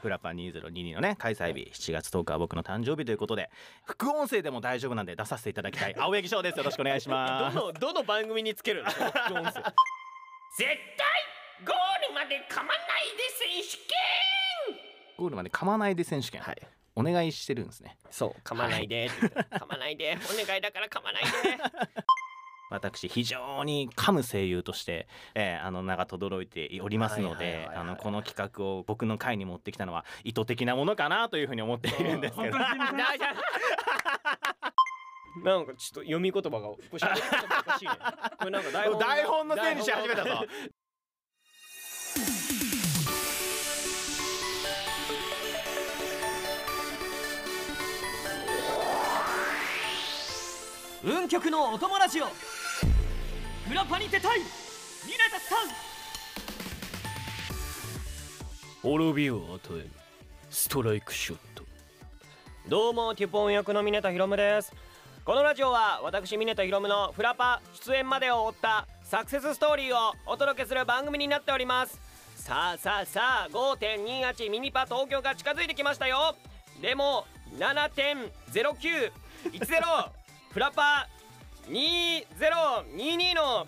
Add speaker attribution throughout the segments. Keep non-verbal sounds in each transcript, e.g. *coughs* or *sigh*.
Speaker 1: フラパン2022のね、開催日、7月10日は僕の誕生日ということで、副音声でも大丈夫なんで出させていただきたい、青柳翔です。よろしくお願いし
Speaker 2: ど *laughs*
Speaker 1: ます。
Speaker 2: のどの番組につ
Speaker 3: *laughs*
Speaker 2: けるの副音声
Speaker 3: 絶対ゴールまで噛まないで選手権
Speaker 1: ゴールまで噛まないで選手権。
Speaker 2: はい
Speaker 1: お願いしてるんですね。
Speaker 2: そう噛まないで、
Speaker 3: *laughs* 噛まないでお願いだから噛まないで
Speaker 1: 私非常に噛む声優として、えーあの名が轟いておりますの
Speaker 2: はいはい
Speaker 1: で
Speaker 2: はいはい
Speaker 1: あのこの企画を僕の回に持ってきたのは意図的なものかなというふうに思っているんですけ
Speaker 3: *laughs*
Speaker 1: ど
Speaker 3: 大丈夫
Speaker 2: なんかちょっと読み言葉がこれ喋り方がおかしいねこれなんか台本が
Speaker 1: 台本のせいにし始めたぞ
Speaker 4: 運極のお友達をフラパニテ対ミネタさん
Speaker 2: 滅びを与えるストライクショットどうもテュポン役の峰田博夢ですこのラジオは私峰田博夢のフラパ出演までを追ったサクセスストーリーをお届けする番組になっておりますさあさあさあ5.28ミニパ東京が近づいてきましたよでも7.0910フラパ2022の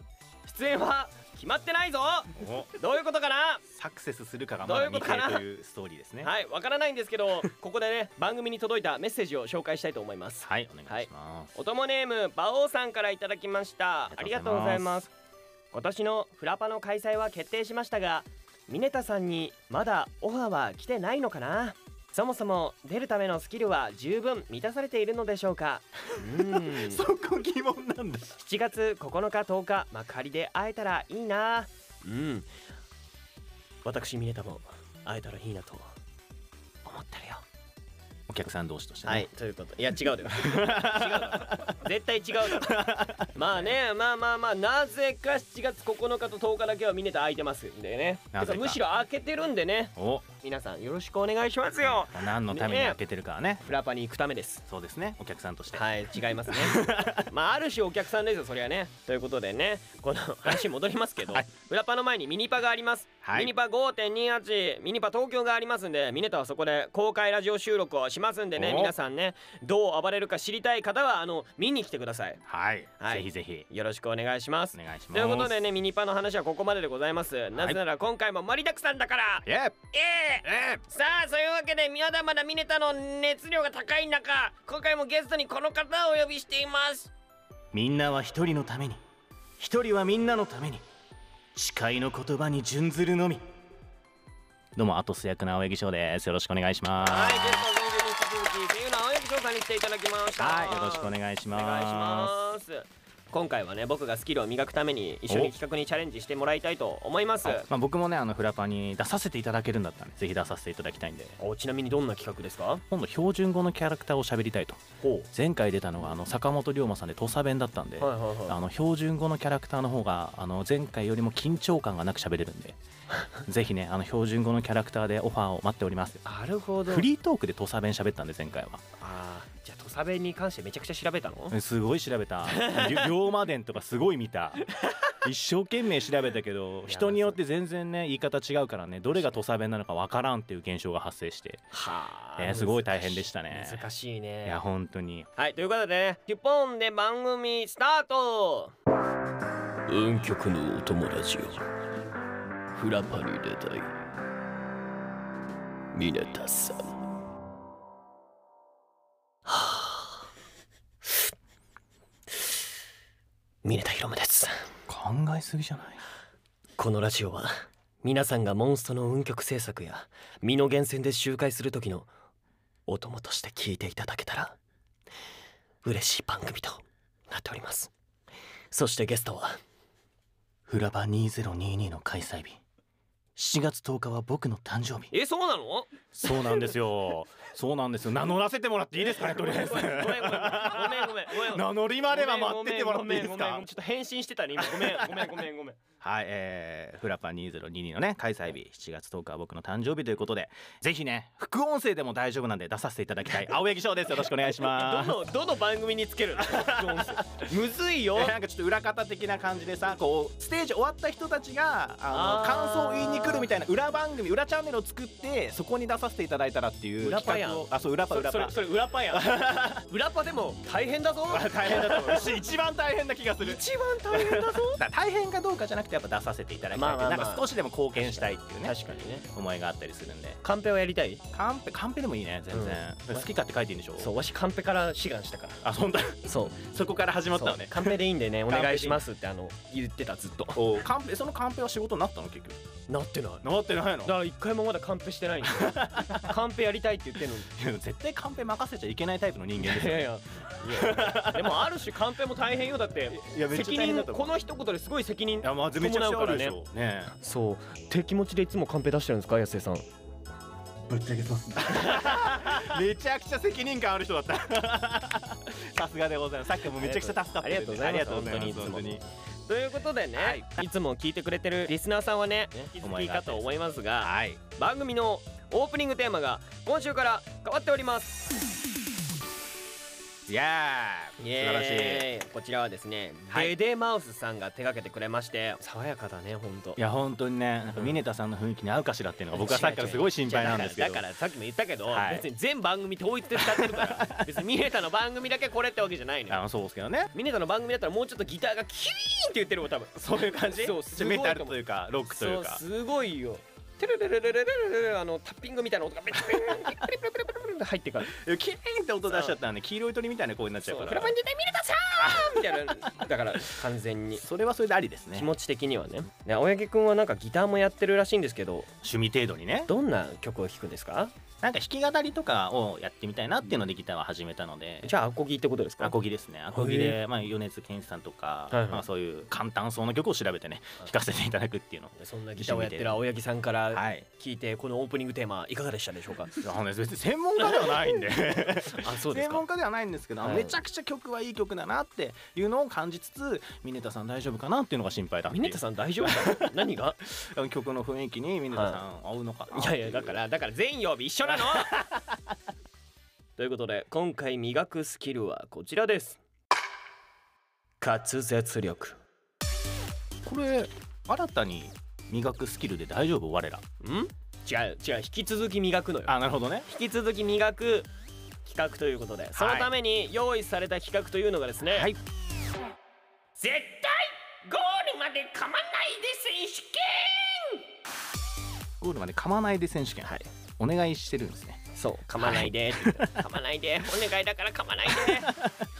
Speaker 2: 出演は決まってないぞ
Speaker 1: お
Speaker 2: どういうことかな
Speaker 1: *laughs* サクセスするかがまだ未定というストーリーですね
Speaker 2: はい、わからないんですけど、ここでね、番組に届いたメッセージを紹介したいと思います。
Speaker 1: はいお願いします、
Speaker 2: おともネーム、馬王さんからいただきました。
Speaker 1: あ
Speaker 2: あ
Speaker 1: り
Speaker 2: り
Speaker 1: が
Speaker 2: が
Speaker 1: と
Speaker 2: と
Speaker 1: う
Speaker 2: う
Speaker 1: ご
Speaker 2: ご
Speaker 1: ざ
Speaker 2: ざ
Speaker 1: い
Speaker 2: い
Speaker 1: ま
Speaker 2: ますす。今年のフラパの開催は決定しましたが、ミネタさんにまだオファーは来てないのかなそもそも出るためのスキルは十分満たされているのでしょうかうー *laughs* ん
Speaker 1: そこ疑問なんだ
Speaker 2: 7月9日10日幕張で会えたらいいなうん私ミネタも会えたらいいなと思ってるよ
Speaker 1: お客さん同士としてね、
Speaker 2: はいということいや違うだよ違うだろ絶対違うだろまあねまあまあまあなぜか7月9日と10日だけはミネタ空いてますんでね
Speaker 1: なぜか
Speaker 2: むしろ開けてるんでね
Speaker 1: お
Speaker 2: 皆さんよろしくお願いしますよ
Speaker 1: 何のために開けてるかはね
Speaker 2: フラパに行くためです
Speaker 1: そうですねお客さんとして、
Speaker 2: はい違いますね
Speaker 1: *laughs*
Speaker 2: まあある種お客さんですよそりゃねということでねこの話戻りますけど、
Speaker 1: はい
Speaker 2: フラパの前にミニパがあります、
Speaker 1: はい
Speaker 2: ミニパ5.28ミニパ東京がありますんでミネタはそこで公開ラジオ収録をしますんでね
Speaker 1: お
Speaker 2: 皆さんねどう暴れるか知りたい方はあの見に来てください
Speaker 1: はい
Speaker 2: はい
Speaker 1: ぜひぜひ
Speaker 2: よろしくお願いします
Speaker 1: お願いします
Speaker 2: ということでねミニパの話はここまででございます、なぜなら今回も盛りだくさんだから
Speaker 1: イエーイ
Speaker 2: ええ
Speaker 1: えー
Speaker 2: さあそういうわけでまだまだミネタの熱量が高い中今回もゲストにこの方をお呼びしています
Speaker 1: みんなは一人のために一人はみんなのために誓いの言葉に準ずるのみどうもアトス役の青柳翔ですよろしくお願いします
Speaker 2: はいゲストは先週に引き続き声優の青柳翔さんに来ていただきました
Speaker 1: はいよろしくお願いします
Speaker 2: お願いします今回はね僕がスキルを磨くために一緒
Speaker 1: お
Speaker 2: に企画にチャレンジしてもらいたいと思います
Speaker 1: はいまあ、僕もねあのフラパに出させていただけるんだったんでぜひ出させていただきたいんで
Speaker 2: おちなみにどんな企画ですか
Speaker 1: 今度標準語のキャラクターを喋りたいと
Speaker 2: ほ
Speaker 1: 前回出たのがあの坂本龍馬さんで土佐弁だったんで、
Speaker 2: はいはい
Speaker 1: あ
Speaker 2: は
Speaker 1: の標準語のキャラクターの方があの前回よりも緊張感がなく喋れるん
Speaker 2: *laughs*
Speaker 1: でぜひねあの標準語のキャラクターでオファーを待っております
Speaker 2: いなるほど
Speaker 1: フリートークで土佐弁喋ったんで前回は
Speaker 2: あーじゃあ土佐弁に関してめちゃくちゃ調べたの
Speaker 1: すごい調べ
Speaker 2: *laughs*
Speaker 1: たりょ龍馬伝とかすごい見た一生懸命調べたけど
Speaker 2: や
Speaker 1: 人によって全然ね言い方違うからねどれが土佐弁なのかわからんっていう現象が発生して
Speaker 2: は
Speaker 1: えーすごい大変でしたね
Speaker 2: 難しいね
Speaker 1: いや本当に
Speaker 2: はい、ということでね、テュポンで番組スタート
Speaker 3: 運極のお友達をフラパに出たいミネタさん
Speaker 2: ミネタヒロムです。
Speaker 1: 考えすぎじゃない
Speaker 2: このラジオは、皆さんがモンストの運極制作や、身の源泉で周回する時のお供として聞いていただけたら、嬉しい番組となっております。そしてゲストは、
Speaker 1: フラバ2022の開催日7月10日は僕の誕生日
Speaker 2: え、そうなの
Speaker 1: そうなんですよ *laughs* そうなんですよ名乗らせてもらっていい *laughs* ですかねとりあえず
Speaker 2: ごめんごめんごめんごめんごめん。 *laughs*
Speaker 1: *laughs* 名乗りまでは待っててもらっていいです
Speaker 2: ごめんごめんごめ
Speaker 1: か
Speaker 2: んちょっと返信してたね今ごめんごめんごめんごめん
Speaker 1: はい、えー、フラパ2022のね開催日7月10日は僕の誕生日ということでぜひね副音声でも大丈夫なんで出させていただきたい青柳翔ですよろしくお願いし
Speaker 2: ど
Speaker 1: ます
Speaker 2: のどの番組につけるのむずいよ
Speaker 1: えーなんかちょっと裏方的な感じでさこうステージ終わった人たちがあの
Speaker 2: あー
Speaker 1: 感想を言いに来るみたいな裏番組裏チャンネルを作ってそこに出させていただいたらっていう
Speaker 2: 裏パ
Speaker 1: 企画を
Speaker 2: やん
Speaker 1: あそう裏パ
Speaker 2: そ
Speaker 1: 裏
Speaker 2: そ
Speaker 1: パ
Speaker 2: れそれ *laughs* 裏 *laughs* パや裏パでも *laughs* 大変だぞ
Speaker 1: 大変だと思うし *laughs* 一番大変な気がする
Speaker 2: 一番大変だぞ
Speaker 1: *laughs* だから大変かどうかじゃなくてやっぱ出させていただきたいってい
Speaker 2: まあ
Speaker 1: うな
Speaker 2: まあ
Speaker 1: ん
Speaker 2: まあ
Speaker 1: か少しでも貢献したいっていうね
Speaker 2: かにね
Speaker 1: 思いがあったりするんで
Speaker 2: カンペをやりたい
Speaker 1: カンペカンペでもいいね全然、
Speaker 2: う
Speaker 1: 好
Speaker 2: ん
Speaker 1: き勝手書いていいんでしょ
Speaker 2: そうわしカンペから志願したから
Speaker 1: あ本当
Speaker 2: そう
Speaker 1: *laughs* そこから始まったのね
Speaker 2: *laughs* カンペでいいんでねお
Speaker 1: カンペでいい
Speaker 2: 願いしますってあの言ってたずっと
Speaker 1: おうカンペそのカンペは仕事になったの結局
Speaker 2: *laughs* なってないだ
Speaker 1: なってないの
Speaker 2: から一回もまだカンペしてないんだ *laughs* よカンペやりたいって言ってんの
Speaker 1: *laughs*
Speaker 2: に
Speaker 1: 絶対カンペ任せちゃいけないタイプの人間です
Speaker 2: い
Speaker 1: よ
Speaker 2: やいやでもある種カンペも大変よだって
Speaker 1: いやめっちゃ
Speaker 2: 責
Speaker 1: 大変
Speaker 2: 任
Speaker 1: だと思
Speaker 2: こ
Speaker 1: う
Speaker 2: の一言ですごい責任
Speaker 1: いやまあめちゃくちゃあるでしょ
Speaker 2: 伴
Speaker 1: ねね
Speaker 2: そう手気持ちでいつもカンペ出してるんですか安江さん
Speaker 1: めちゃくちゃ責任感ある人だった *laughs* さすがでございますさっきもめちゃくちゃ助かったんでね
Speaker 2: ありがとうございます
Speaker 1: ありがとうございます
Speaker 2: 本当に
Speaker 1: 本
Speaker 2: ということでね、い、つも聞いてくれてるリスナーさんはね
Speaker 1: ね
Speaker 2: お気づきかと思いますが
Speaker 1: はい
Speaker 2: 番組のオープニングテーマが今週から変わっております
Speaker 1: いやー素晴らしい
Speaker 2: しいこちらはですね、
Speaker 1: はい
Speaker 2: デデマウスさんが手掛けてくれまして爽やかだねほんと
Speaker 1: いや本当にねなんかミネタさんの雰囲気に合うかしらっていうのが僕はさっきからすごい心配なんですけど
Speaker 2: だからだからさっきも言ったけど、
Speaker 1: はい
Speaker 2: 別に全番組統一で使ってるから別にミネタの番組だけこれってわけじゃないのよ
Speaker 1: あのそうですけどね
Speaker 2: ミネタの番組だったらもうちょっとギターがキリーンって言ってるもん多分
Speaker 1: そういう感じ
Speaker 2: そう
Speaker 1: *laughs* ちょっ
Speaker 2: す
Speaker 1: と
Speaker 2: ご
Speaker 1: メ
Speaker 2: いと思う
Speaker 1: タルというかロックというか
Speaker 2: そうすごいよテルレレレレレレレレあのタッピングみたいな音がめっちゃピンピリピリピリピリピリって入ってから
Speaker 1: いやキリンって音出しちゃったらね黄色い鳥みたいな声になっちゃう
Speaker 2: そ
Speaker 1: か
Speaker 2: うフラ
Speaker 1: ら
Speaker 2: パンジでミネタさーんみたいなだから完全に
Speaker 1: それはそれでありですね
Speaker 2: 気持ち的にはねね青柳くんはなんかギターもやってるらしいんですけど
Speaker 1: 趣味程度にね
Speaker 2: どんな曲を弾くんですか
Speaker 1: なんか弾き語りとかをやってみたいなっていうのでギターは始めたので
Speaker 2: じゃあアコギってことですか
Speaker 1: アコギですねアコギで、まあ、米津玄師さんとか、
Speaker 2: いはい
Speaker 1: まあ、そういう簡単そうな曲を調べてね
Speaker 2: はい
Speaker 1: 弾かせていただくっていうの
Speaker 2: そんなギターをやってる青柳さんか
Speaker 1: は
Speaker 2: ら
Speaker 1: い
Speaker 2: 聞いてこのオープニングテーマいかがでしたでしょう *laughs* か
Speaker 1: あのね別に専門家ではない *laughs* んで
Speaker 2: あそうです
Speaker 1: 専門
Speaker 2: か
Speaker 1: 家ではないんですけど、
Speaker 2: はい
Speaker 1: めちゃくちゃ曲はいい曲だなっていうのを感じつつミネタさん大丈夫かなっていうのが心配だ
Speaker 2: ミネタさん大丈夫 *laughs* かな何が
Speaker 1: ん曲の雰囲気にミネタさん合うのかなっ
Speaker 2: い
Speaker 1: て
Speaker 2: や
Speaker 1: う
Speaker 2: いやだからだから全曜日一緒 *laughs* なのということで今回磨くスキルはこちらです滑舌力
Speaker 1: これ新たに磨くスキルで大丈夫我ら
Speaker 2: ん違う違う引き続き磨くのよ
Speaker 1: あなるほどね
Speaker 2: 引き続き磨く企画ということでそのために用意された企画というのがですね、
Speaker 1: はい
Speaker 3: 絶対ゴールまで噛まないで選手権
Speaker 1: ゴールまで噛まないで選手権、
Speaker 2: はい
Speaker 1: お願いしてるんですね
Speaker 2: そう噛まないで、噛まないでお願いだから噛まないで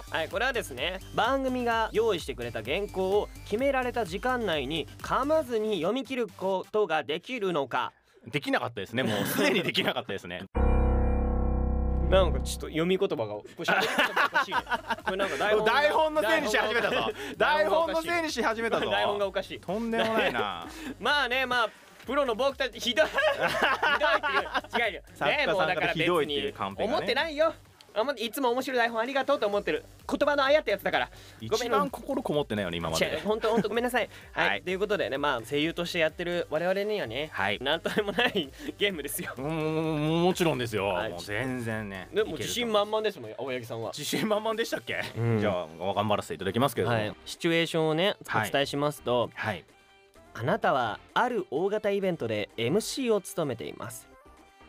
Speaker 2: はいこれはですね番組が用意してくれた原稿を決められた時間内に噛まずに読み切ることができるのか
Speaker 1: できなかったですねもうすでにできなかったですね
Speaker 2: なんかちょっと読み言葉がこれ喋り方がおかしいねこれなんか台本
Speaker 1: *laughs* *laughs* 台本の
Speaker 2: が
Speaker 1: せいにし始めたぞ台本のせい
Speaker 2: に
Speaker 1: にし始めたぞ
Speaker 2: 台本がおかしい
Speaker 1: とんでもないな *laughs*
Speaker 2: まあねまあプロの僕たちひどい *laughs* ひどいっていう違うよ
Speaker 1: 作家さんからひどいっていうカンペがね
Speaker 2: 思ってないよあんまいつも面白い台本ありがとうと思ってる言葉のあやってやつだからごめ
Speaker 1: 一
Speaker 2: ん
Speaker 1: 番心こもってないよね今ま
Speaker 2: 違う
Speaker 1: で
Speaker 2: 本当本当ごめんな
Speaker 1: *laughs*
Speaker 2: さいはい、
Speaker 1: はい
Speaker 2: ということでねまあ声優としてやってる我々にはね、
Speaker 1: はい
Speaker 2: なんとでもない *laughs* ゲームですよ
Speaker 1: うーんもちろんですよ、
Speaker 2: はい
Speaker 1: もう全然ね
Speaker 2: で
Speaker 1: いける
Speaker 2: も自
Speaker 1: と
Speaker 2: 信満々ですもん青柳さんは
Speaker 1: 自信満々でしたっけ、
Speaker 2: うん
Speaker 1: じゃあ頑張らせていただきますけれども
Speaker 2: はい、シチュエーションをね
Speaker 1: はい
Speaker 2: お伝えしますと、
Speaker 1: はい、
Speaker 2: あなたはある大型イベントで MC を務めています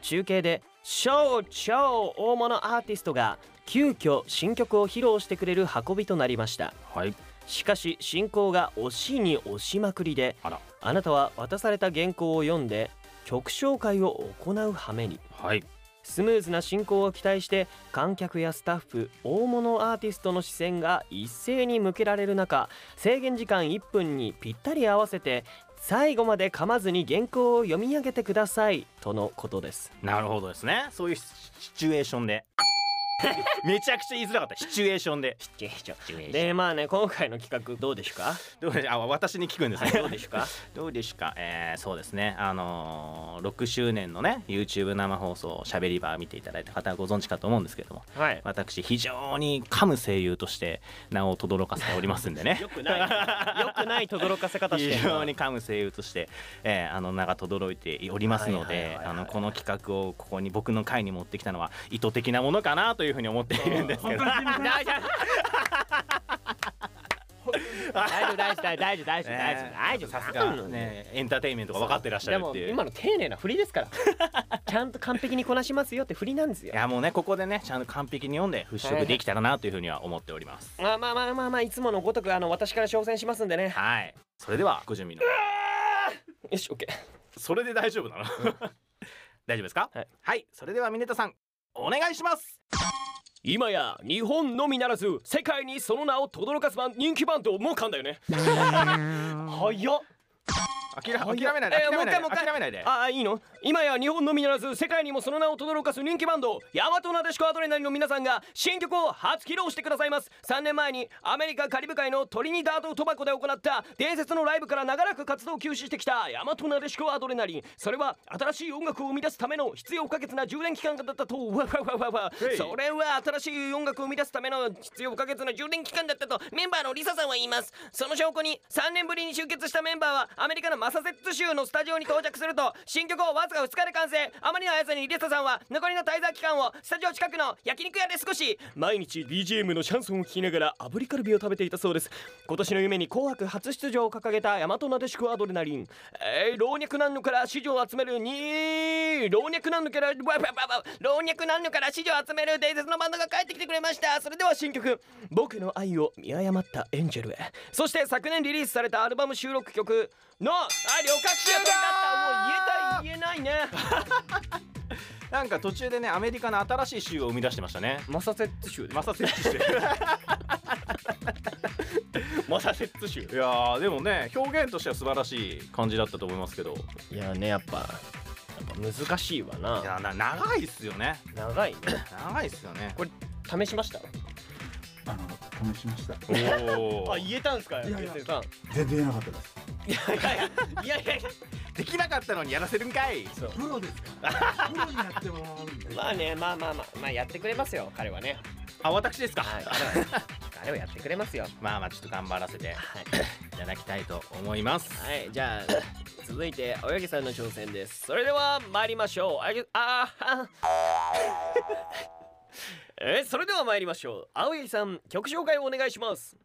Speaker 2: 中継で超超大物アーティストが急遽新曲を披露してくれる運びとなりました
Speaker 1: はい、
Speaker 2: しかし進行が押しに押しまくりで
Speaker 1: あら
Speaker 2: あなたは渡された原稿を読んで曲紹介を行う羽目に
Speaker 1: はい
Speaker 2: スムーズな進行を期待して観客やスタッフ大物アーティストの視線が一斉に向けられる中制限時間1分にぴったり合わせて最後まで噛まずに原稿を読み上げてくださいとのことです
Speaker 1: なるほどですねそういうシシチュエーションで *laughs* めちゃくちゃ言いづらかったシチュエーションで
Speaker 2: でまあね今回の企画どうでしゅか
Speaker 1: どうであ私に聞くんです
Speaker 2: はい
Speaker 1: ね
Speaker 2: どうでしゅか
Speaker 1: どうでしゅか、えーそうですね、あのー6周年のね、YouTube 生放送、しゃべり場見ていただいた方はご存知かと思うんですけれども、
Speaker 2: *laughs* はい
Speaker 1: 私、非常に噛む声優として名を轟かせておりますんでね
Speaker 2: *laughs* よ、くないよくないとどろかせ方して
Speaker 1: 非
Speaker 2: んな
Speaker 1: 常に噛む声優として、えーあの名が轟いておりますの
Speaker 2: はいはいはい
Speaker 1: で、
Speaker 2: はい
Speaker 1: あのこの企画をここに、僕の会に持ってきたのは、意図的なものかなというふうに思っているんですけど、
Speaker 2: 大丈夫大丈夫大丈夫大丈夫大丈夫大丈夫大丈夫
Speaker 1: さす
Speaker 2: な
Speaker 1: が
Speaker 2: んな、の
Speaker 1: ね、エンターテインメントが分かってらっしゃるっていう。
Speaker 2: でも今の丁寧な振りですから *laughs* ちゃんと完璧にこなしますよって振りなんですよ
Speaker 1: いやもうねここでねちゃんと完璧に読んで払拭できたらなというふうには思っております
Speaker 2: まあまあまあまあまあいつものごとくあの私から挑戦しますんでね
Speaker 1: はいそれではご準備の
Speaker 2: よしオッケー
Speaker 1: それで大丈夫なの *laughs* 大丈夫ですか
Speaker 2: はい、
Speaker 1: それではミネタさんお願いします
Speaker 2: 今や日本のみならず世界にその名を轟かすバン人気バンドもうかんだよね *laughs* 早っ
Speaker 1: 諦め諦めないで
Speaker 2: えー
Speaker 1: 諦めない
Speaker 2: もう
Speaker 1: で
Speaker 2: 一回
Speaker 1: 諦めないで
Speaker 2: ああいいの今や日本のみならず世界にもその名を轟かす人気バンドヤマトナデシコアドレナリンの皆さんが新曲を初披露してくださいます3年前にアメリカカリブ海のトリニダード・トバコで行った伝説のライブから長らく活動を休止してきたヤマトナデシコアドレナリンそれは新しい音楽を生み出すための必要不可欠な充電期間だったとうわわわわわ
Speaker 1: へい
Speaker 2: それは新しい音楽を生み出すための必要不可欠な充電期間だったとメンバーのリサさんは言いますその証拠に3年ぶりに集結したメンバーはアメリカのマサセッツ州のスタジオに到着すると新曲をわずか2日で完成あまりの速さにリサさんは残りの滞在期間をスタジオ近くの焼肉屋で少し毎日 BGM のシャンソンを聴きながら炙りカルビを食べていたそうです今年の夢に紅白初出場を掲げた大和なでしくアドレナリン、えー老若男女から支持を集めるに老若男女からわわわわ老若男女から支持を集める伝説のバンドが帰ってきてくれましたそれでは新曲「僕の愛を見誤ったエンジェルへ」そして昨年リリースされたアルバム収録曲のあ旅客集団だったもう言えた言えないね
Speaker 1: なんか途中でねアメリカの新しい州を生み出してましたね
Speaker 2: マサセッツ州 *laughs*
Speaker 1: マサセッツ州
Speaker 2: マサセッツ州
Speaker 1: *laughs* いやーでもね表現としては素晴らしい感じだったと思いますけど
Speaker 2: いやねやっぱやっぱ難しいわ
Speaker 1: い
Speaker 2: な
Speaker 1: やな長いっすよね
Speaker 2: 長いね
Speaker 1: 長いっすよね
Speaker 2: これ試しました
Speaker 5: あの試しました
Speaker 1: お *laughs* ー
Speaker 2: 言えたんですか
Speaker 5: いやいや
Speaker 2: 安井さん
Speaker 5: 全然言えなかったです
Speaker 2: いやいやいやいやいや
Speaker 1: できなかったのにやらせるんかい
Speaker 5: プロです *laughs* からプロにやってもらうんで
Speaker 2: まあねまあまあまあまあやってくれますよ彼はね
Speaker 1: あ私ですか
Speaker 2: はい彼は彼はやってくれますよ
Speaker 1: まあまあちょっと頑張らせて
Speaker 2: はい、
Speaker 1: *coughs* いただきたいと思います
Speaker 2: はい、じゃあ続いておやぎさんの挑戦ですそれでは参りましょうあやぎあーあえそれでは参りましょう青柳さん曲紹介をお願いします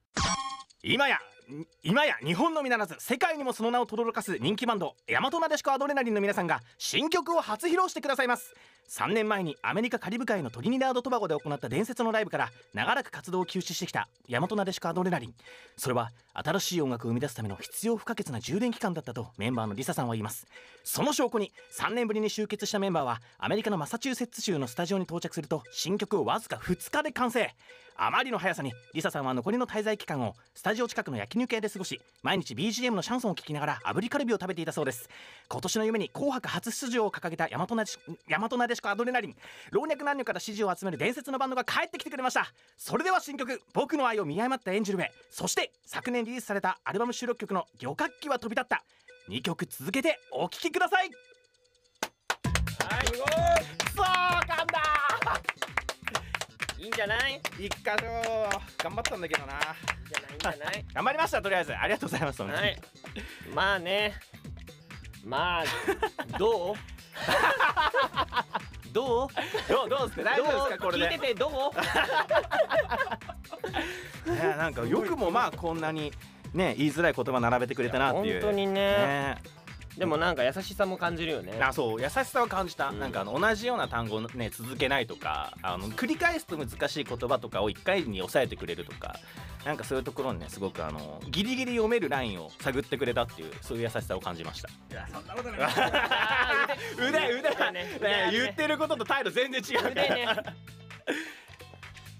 Speaker 1: 今やに今や日本のみならず世界にもその名を轟かす人気バンド大和なでしこアドレナリンの皆さんが新曲を初披露してくださいます3年前にアメリカカリブ海のトリニダード・トバゴで行った伝説のライブから長らく活動を休止してきた大和なでしこアドレナリンそれは新しい音楽を生み出すための必要不可欠な充電期間だったとメンバーのリサさんは言いますその証拠に3年ぶりに集結したメンバーはアメリカのマサチューセッツ州のスタジオに到着すると新曲をわずか2日で完成あまりの速さにリサさんは残りの滞在期間をスタジオ近くの焼肉屋で過ごし毎日 BGM のシャンソンを聴きながら炙りカルビを食べていたそうです今年の夢に紅白初出場を掲げた大和なでし大和なでしこアドレナリン老若男女から支持を集める伝説のバンドが帰ってきてくれましたそれでは新曲「僕の愛を見誤ったエンジェルへ」そして昨年リリースされたアルバム収録曲の「旅客機は飛び立った」2曲続けてお聴きください
Speaker 2: はいすごい
Speaker 1: そうかんだ
Speaker 2: いいんじゃないいいん
Speaker 1: 一箇所頑張ったんだけどな
Speaker 2: じゃないいいんじゃない
Speaker 1: 頑張りましたとりあえずありがとうございます
Speaker 2: は、い。まあね。まあ、どうど
Speaker 1: ど
Speaker 2: う
Speaker 1: うどうですか大丈夫ですかこれ
Speaker 2: どう聞い
Speaker 1: で
Speaker 2: ててどう
Speaker 1: いやなんかよくもまあこんなにね言いづらい言葉並べてくれたなっていう
Speaker 2: 本当にね
Speaker 1: ね
Speaker 2: でもなんか優しさも感じるよね。
Speaker 1: あそう優しさを感じた、
Speaker 2: うん
Speaker 1: なんかあの同じような単語をね続けないとかあの繰り返すと難しい言葉とかを1回に抑えてくれるとかなんかそういうところにねすごくあのギリギリ読めるラインを探ってくれたっていうそういう優しさを感じました
Speaker 5: *laughs*
Speaker 2: あ
Speaker 1: 腕 *laughs* 腕
Speaker 2: 腕ね
Speaker 1: ね
Speaker 2: 腕ね
Speaker 1: 言ってることと態度全然違
Speaker 2: ー
Speaker 1: う
Speaker 2: 腕ね。 *laughs*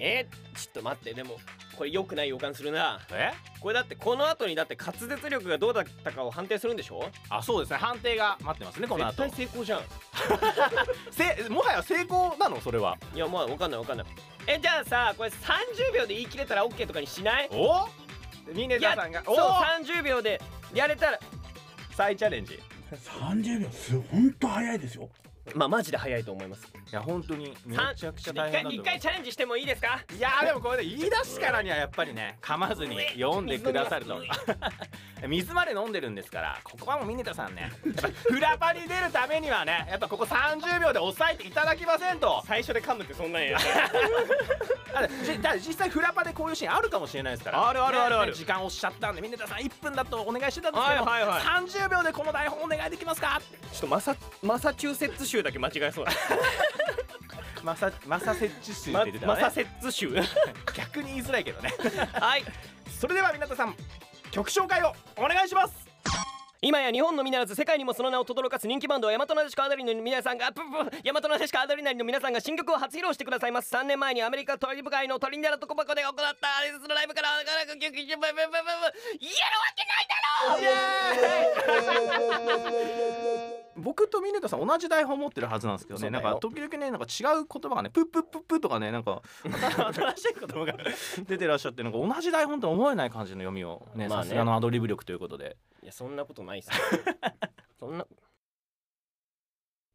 Speaker 2: え、ちょっと待って、でも、これ良くない予感するな。
Speaker 1: *laughs* え
Speaker 2: これだって、この後にだって滑舌力がどうだったかを判定するんでしょ
Speaker 1: あそうですね判定が待ってますねこの
Speaker 2: 絶
Speaker 1: 後
Speaker 2: 対成功じゃん。
Speaker 1: せもはや成功なのそれはい
Speaker 2: や、まあ、わかんないわかんない。えじゃあさこれ30秒で言い切れたら OK とかにしない
Speaker 1: おミネ
Speaker 2: いや
Speaker 1: タさんが
Speaker 2: そう30秒でやれたら
Speaker 1: 再チャレンジい
Speaker 5: 30秒す本当早いですよ
Speaker 2: まあマジで早いと思います
Speaker 1: や本当にめ
Speaker 2: さん
Speaker 1: ちゃくちゃ大変だと
Speaker 2: 一
Speaker 1: 思
Speaker 2: 回一回チャレンジしてもいいですか
Speaker 1: ういやーでもこれで言い出すからにはやっぱりね噛まずに読んでくださると *laughs* 水まで飲んでるんですからここはもうミネタさんねやっぱフラパに出るためにはねやっぱここ30秒で抑えていただきませんと
Speaker 2: 最初で噛むってそんなん *laughs* や
Speaker 1: あじだから実際フラパでこういうシーンあるかもしれないですから
Speaker 2: あるあるあるある
Speaker 1: ね時間おっしゃったんでミネタさん1分だとお願いしてたんですけど、
Speaker 2: はいはいはい
Speaker 1: 30秒でこの台本お願いできますか
Speaker 2: ちょっとマサマサチューセッツ州だけ間違えそうだ、
Speaker 1: マサマサセッチスって言ってた
Speaker 2: マ
Speaker 1: ね、
Speaker 2: サセッツ州
Speaker 1: 逆に言いづらいけどね *laughs*
Speaker 2: はい
Speaker 1: それでは港さん曲紹介をお願いします
Speaker 2: 今や日本のみならず世界にもその名を轟かす人気バンド大和なでしこアドリナリの皆さんがプップヤマトなでしこアドリナリの皆さんが新曲を初披露してくださいます3年前にアメリカ鳥部会の鳥にならとこばこで行ったアリスのライブから長らく救急車ブブブブブ言えるわけないだろ
Speaker 1: *laughs* 僕とミネタさん同じ台本持ってるはずなんですけど
Speaker 2: そ
Speaker 1: ね
Speaker 2: う
Speaker 1: な
Speaker 2: だ
Speaker 1: ん
Speaker 2: よ
Speaker 1: か時々ねなんか違う言葉がねプップップップとかねなんか新しい言葉が *laughs* 出てらっしゃってなんか同じ台本とは思えない感じの読みをね
Speaker 2: まあ
Speaker 1: さ
Speaker 2: ね
Speaker 1: すがのアドリブ力ということで
Speaker 2: いやそんなことないっすそんなあ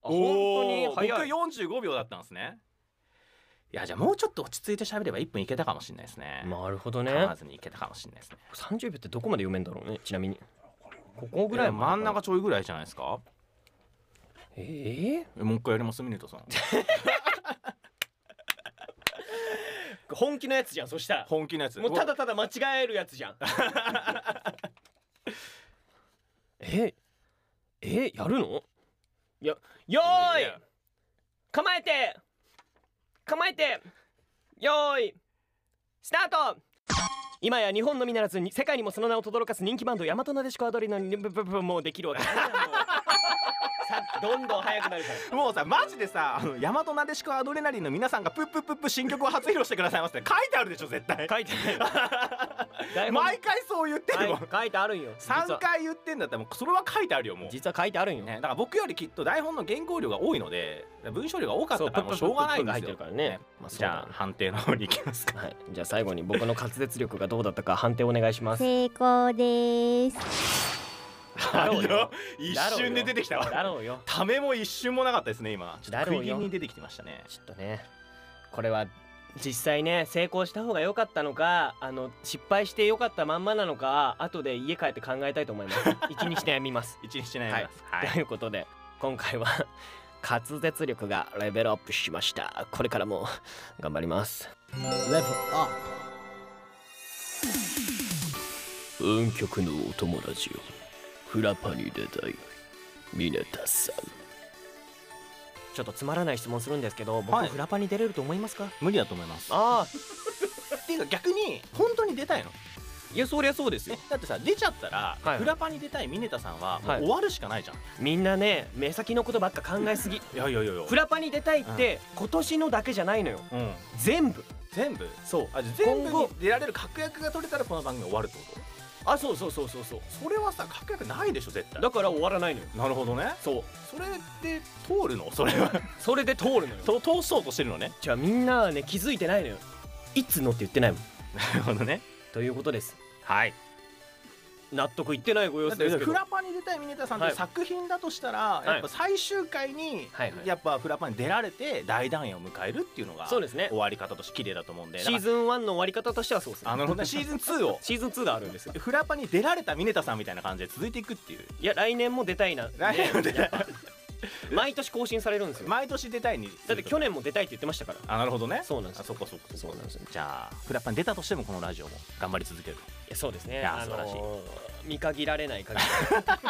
Speaker 1: 本当に
Speaker 2: 本当に早い
Speaker 1: 僕45秒だったんですねいやじゃあもうちょっと落ち着いて喋れば1分いけたかもしれないですね
Speaker 2: なるほど
Speaker 1: 噛まずにいけたかもしれないですね
Speaker 2: 30秒ってどこまで読めんだろうねちなみにここぐらいまで
Speaker 1: 真ん中ちょいぐらいじゃないですか
Speaker 2: ええ
Speaker 1: えもう一回やりますミネタさん
Speaker 2: 本気のやつじゃんそしたら
Speaker 1: 本気のやつ
Speaker 2: もうただただ間違えるやつじゃん。え、え、やるの？や、よーい、構えて、構えて、よーい、スタート。今や日本のみならずに世界にもその名を轟かす人気バンド大和なでしこアドリナにブブブブもうできるわけないなもうさどんどん速くなるから
Speaker 1: もうさマジでさあの大和なでしこアドレナリンの皆さんがプップップップ新曲を初披露してくださいますって書いてあるでしょ絶対
Speaker 2: 書いてない
Speaker 1: 毎回そう言ってるもん
Speaker 2: はい書いてあるんよ実は
Speaker 1: 3回言ってんだったらもうそれは書いてあるよもう、ね、
Speaker 2: 実は書いてあるんよ、
Speaker 1: だから僕よりきっと台本の原稿量が多いので文章量が多かった
Speaker 2: *laughs*
Speaker 1: からもうし
Speaker 2: そう
Speaker 1: ょう
Speaker 2: プッ
Speaker 1: が
Speaker 2: プッ
Speaker 1: な
Speaker 2: プ
Speaker 1: い
Speaker 2: ップ
Speaker 1: ん
Speaker 2: ッ
Speaker 1: ですよ
Speaker 2: が入ってるからねまあそう
Speaker 1: じ
Speaker 2: だよね
Speaker 1: ゃあ判定の方に行きますか
Speaker 2: はい、じゃあ最後に僕の滑舌力がどうだったか判定お願いします。
Speaker 6: 成功です。
Speaker 2: *laughs* だろうよ
Speaker 1: 一瞬で出てきたわ
Speaker 2: だろうよ。
Speaker 1: ためも一瞬もなかったですね今ちょっ
Speaker 2: だ
Speaker 1: と
Speaker 2: ろう
Speaker 1: 食
Speaker 2: よ
Speaker 1: い気味に出てきてましたね
Speaker 2: ちょっとね、これは実際ね成功した方が良かったのか、あの失敗して良かったまんまなのか、後で家帰って考えたいと思い *laughs* ます。一日悩みます。
Speaker 1: 一日悩みますはい、
Speaker 2: ということで今回は *laughs* 滑舌力がレベルアップしました。これからも頑張ります。レベルアップ。運極のお友達よ。フラパに出たい。ミネタさん。ちょっとつまらない質問するんですけど、僕、
Speaker 1: はい
Speaker 2: フラパに出れると思いますか
Speaker 1: 無理だと思います
Speaker 2: ああ、
Speaker 1: っていうか逆に本当に出たいの
Speaker 2: いや、そりゃそうですよ
Speaker 1: ね。だってさ出ちゃったら、
Speaker 2: はい
Speaker 1: フラパに出たいミネタさんはもう
Speaker 2: はい
Speaker 1: 終わるしかないじゃん、
Speaker 2: みんなね、目先のことばっか考えすぎ。
Speaker 1: い、やいやいやいや
Speaker 2: フラパに出たいって、今年のだけじゃないのよ。
Speaker 1: うん、
Speaker 2: 全部。
Speaker 1: 全部
Speaker 2: そう。
Speaker 1: あじゃあ全部
Speaker 2: 今
Speaker 1: に
Speaker 2: 後
Speaker 1: 出られる確約が取れたらこの番組終わるってこ
Speaker 2: あ、そうそうそうそうそう。
Speaker 1: とそれはさ確約ないでしょ絶対
Speaker 2: だから終わらないのよ。
Speaker 1: なるほどね
Speaker 2: そう。
Speaker 1: それで通る *laughs* のそれは
Speaker 2: それで通るのよ
Speaker 1: と通そうとしてるのね
Speaker 2: じゃあみんなはね気づいてないのよいつのって言ってないもん
Speaker 1: *laughs* なるほどね
Speaker 2: ということです
Speaker 1: はい
Speaker 2: 納得いってないご様
Speaker 1: だ
Speaker 2: 子
Speaker 1: って
Speaker 2: ですけ
Speaker 1: フ
Speaker 2: ど
Speaker 1: ラパに出たいミネタさんという
Speaker 2: はい
Speaker 1: 作品だとしたら、
Speaker 2: い
Speaker 1: やっぱ最終回に、
Speaker 2: はいはい
Speaker 1: やっぱフラパに出られて大団円を迎えるっていうのが
Speaker 2: そうですね
Speaker 1: 終わり方として綺麗だと思うんで
Speaker 2: シーズン1の終わり方としてはそうですね
Speaker 1: あの
Speaker 2: *laughs*
Speaker 1: ねシーズン2を
Speaker 2: シーズン2があるんですよ
Speaker 1: フラパに出られたミネタさんみたいな感じで続いていく
Speaker 2: *laughs*
Speaker 1: っていう
Speaker 2: いや来年も出たいな
Speaker 1: 来年も出たい
Speaker 2: やっぱ毎年更新されるんですよ
Speaker 1: 毎年出たいに
Speaker 2: だって去
Speaker 1: 年
Speaker 2: 年も出たいって言ってましたから
Speaker 1: あなるほどね
Speaker 2: そうなんです
Speaker 1: あ
Speaker 2: よ
Speaker 1: そっかそっか
Speaker 2: そうなんですよい
Speaker 1: じゃあフラパに出たとしてもこのラジオも頑張り続ける
Speaker 2: やそうですね
Speaker 1: いや
Speaker 2: あのー
Speaker 1: 素
Speaker 2: 見限られない限り *laughs*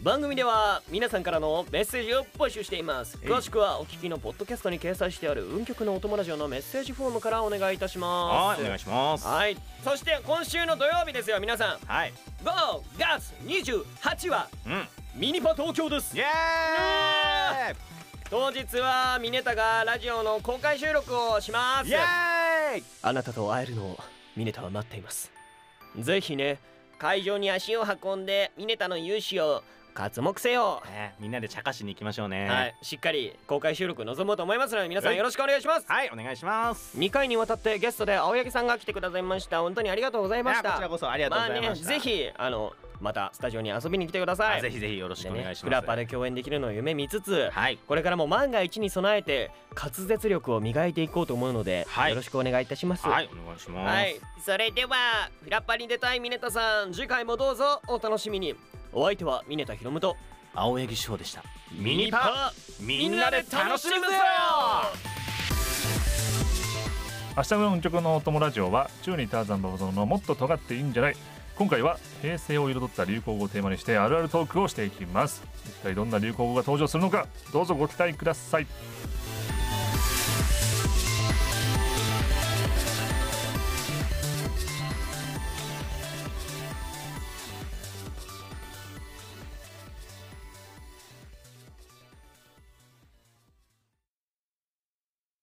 Speaker 2: 番組では皆さんからのメッセージを募集しています
Speaker 1: えい
Speaker 2: 詳しくはお聞きのポッドキャストに掲載してある運極のお友達のメッセージフォームからお願いいたしま
Speaker 1: は
Speaker 2: す
Speaker 1: いお願いしますは
Speaker 2: はい、そして今週の土曜日ですよ皆さん
Speaker 1: い
Speaker 2: 5月28は
Speaker 1: うん
Speaker 2: ミニパ東京です
Speaker 1: イエー
Speaker 2: 当日はミネタがラジオの公開収録をしま
Speaker 1: イ
Speaker 2: す
Speaker 1: イエーイ
Speaker 2: あなたと会えるのをミネタは待っていますぜひね会場に足を運んでミネタの勇姿を活目せよ
Speaker 1: ねみんなで茶化しに行きましょうね
Speaker 2: はい、しっかり公開収録臨もうと思いますので皆さんよろしくお願いします
Speaker 1: はいお願いします
Speaker 2: 2回にわたってゲストで青柳さんが来てくださいました本当にありがとうございまし
Speaker 1: いや
Speaker 2: た
Speaker 1: こちらこそありがとうございました
Speaker 2: あね、ぜひあのまたスタジオに遊びに来てください
Speaker 1: あぜひぜひよろしくお願いします
Speaker 2: でね、フラッパで共演できるのを夢見つつ、
Speaker 1: はい
Speaker 2: これからも万が一に備えて滑舌力を磨いていこうと思うので、
Speaker 1: はい
Speaker 2: よろしくお願いいたします
Speaker 1: はいお願いします、
Speaker 2: はい、それではフラッパに出たいミネタさん次回もどうぞお楽しみにお相手はミネタヒロムと
Speaker 1: 青柳翔でしたミニパ
Speaker 2: パ
Speaker 1: みんなで楽しむぜよ
Speaker 7: 明日の運極のお友ラジオは宙にターザンババゾノのもっと尖っていいんじゃない今回は平成を彩った流行語をテーマにしてあるあるトークをしていきます一体どんな流行語が登場するのかどうぞご期待ください